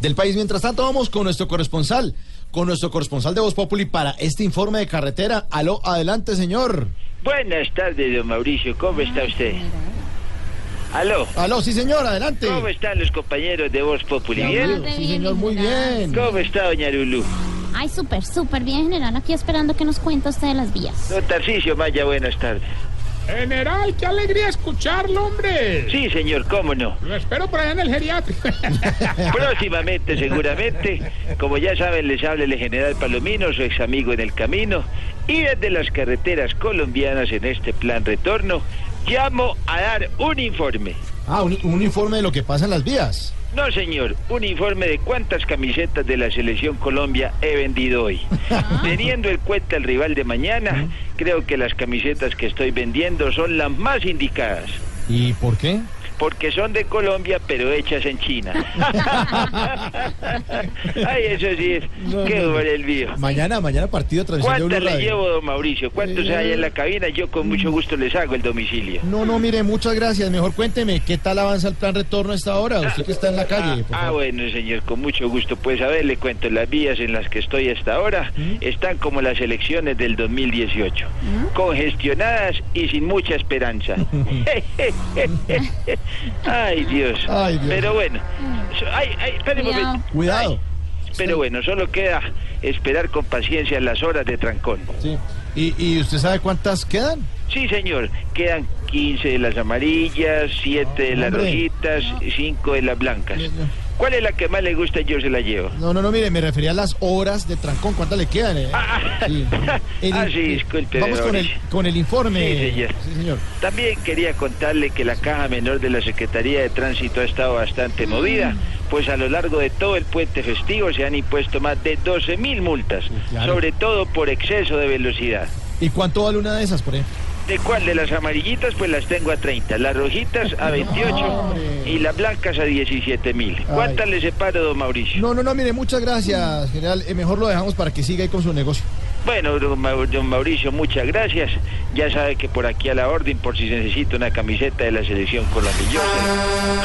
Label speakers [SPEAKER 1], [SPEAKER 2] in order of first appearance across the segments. [SPEAKER 1] del país. Mientras tanto, vamos con nuestro corresponsal, con nuestro corresponsal de Voz Populi para este informe de carretera. Aló, adelante, señor.
[SPEAKER 2] Buenas tardes, don Mauricio. ¿Cómo está usted? Aló.
[SPEAKER 1] Aló, sí, señor, adelante.
[SPEAKER 2] ¿Cómo están los compañeros de Voz Populi? pues, ¿Bien?
[SPEAKER 1] Sí, señor, muy bien.
[SPEAKER 2] ¿Cómo está doña Lulú?
[SPEAKER 3] Ay, súper, súper bien, general. Aquí esperando que nos cuente usted de las vías.
[SPEAKER 2] Don Tarcicio Maya, buenas tardes.
[SPEAKER 4] General, qué alegría escucharlo, hombre.
[SPEAKER 2] Sí, señor, cómo no.
[SPEAKER 4] Lo espero por allá en el geriátrico.
[SPEAKER 2] Próximamente, seguramente. Como ya saben, les habla el general Palomino, su ex amigo en el camino. Y desde las carreteras colombianas en este plan retorno, llamo a dar un informe.
[SPEAKER 1] Ah, un, un informe de lo que pasa en las vías.
[SPEAKER 2] No, señor, un informe de cuántas camisetas de la Selección Colombia he vendido hoy. Teniendo en cuenta el rival de mañana, creo que las camisetas que estoy vendiendo son las más indicadas,
[SPEAKER 1] ¿Y por qué?
[SPEAKER 2] porque son de Colombia pero hechas en China. Ay, eso sí es, qué hombre el mío.
[SPEAKER 1] Mañana, mañana partido de transmisión de
[SPEAKER 2] ¿Cuántas
[SPEAKER 1] Blue
[SPEAKER 2] le
[SPEAKER 1] Radio.
[SPEAKER 2] llevo, don Mauricio? ¿Cuántos
[SPEAKER 1] Eh.
[SPEAKER 2] hay en la cabina? Yo con mucho gusto les hago el domicilio.
[SPEAKER 1] No, no, mire, muchas gracias. Mejor cuénteme, ¿qué tal avanza el plan retorno a esta hora? Usted que está en la calle. por
[SPEAKER 2] Ah,
[SPEAKER 1] favor.
[SPEAKER 2] bueno, señor, con mucho gusto. Pues a ver, le cuento, las vías en las que estoy hasta ahora están como las elecciones del 2018, congestionadas y sin mucha esperanza. Ay, Dios.
[SPEAKER 1] Ay, Dios.
[SPEAKER 2] Pero bueno, so- ay, ay, espere un
[SPEAKER 3] Cuidado.
[SPEAKER 2] momento.
[SPEAKER 1] Cuidado.
[SPEAKER 2] Ay, pero bueno, solo queda esperar con paciencia las horas de trancón.
[SPEAKER 1] Sí. ¿Y, ¿Y usted sabe cuántas quedan?
[SPEAKER 2] Sí, señor, quedan 15 de las amarillas, 7 de las
[SPEAKER 1] Hombre.
[SPEAKER 2] rojitas, 5 de las blancas.
[SPEAKER 1] Dios mío.
[SPEAKER 2] ¿Cuál es la que más le gusta? Yo se la llevo.
[SPEAKER 1] No, no, no, mire, me refería a las horas de trancón. ¿Cuántas le quedan? eh?
[SPEAKER 2] Ah,
[SPEAKER 1] Sí.
[SPEAKER 2] ah, sí, disculpe,
[SPEAKER 1] Vamos con el,
[SPEAKER 2] Doris.
[SPEAKER 1] con el informe.
[SPEAKER 2] Sí, señor.
[SPEAKER 1] señor.
[SPEAKER 2] También quería contarle que la caja menor de la Secretaría de Tránsito ha estado bastante movida,
[SPEAKER 1] Mm.
[SPEAKER 2] pues a lo largo de todo el puente festivo se han impuesto más de 12.000 multas,
[SPEAKER 1] claro.
[SPEAKER 2] sobre todo por exceso de velocidad.
[SPEAKER 1] ¿Y cuánto vale una de esas, por ejemplo?
[SPEAKER 2] ¿De cuál? De las amarillitas pues las tengo a 30, las rojitas a 28
[SPEAKER 1] hombre.
[SPEAKER 2] y las blancas a 17.000.
[SPEAKER 1] Ay.
[SPEAKER 2] ¿Cuántas le separo, don Mauricio?
[SPEAKER 1] No, no, no, mire, muchas gracias, general. Eh, mejor lo dejamos para que siga ahí con su negocio.
[SPEAKER 2] Bueno, don Mau- don Mauricio, muchas gracias. Ya sabe que por aquí a la orden, por si se necesita una camiseta de la selección colombiana.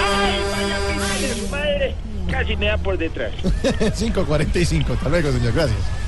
[SPEAKER 2] ¡Ay, vaya madre, madre! Casi me da por detrás.
[SPEAKER 1] 5.45. Hasta luego, señor. Gracias.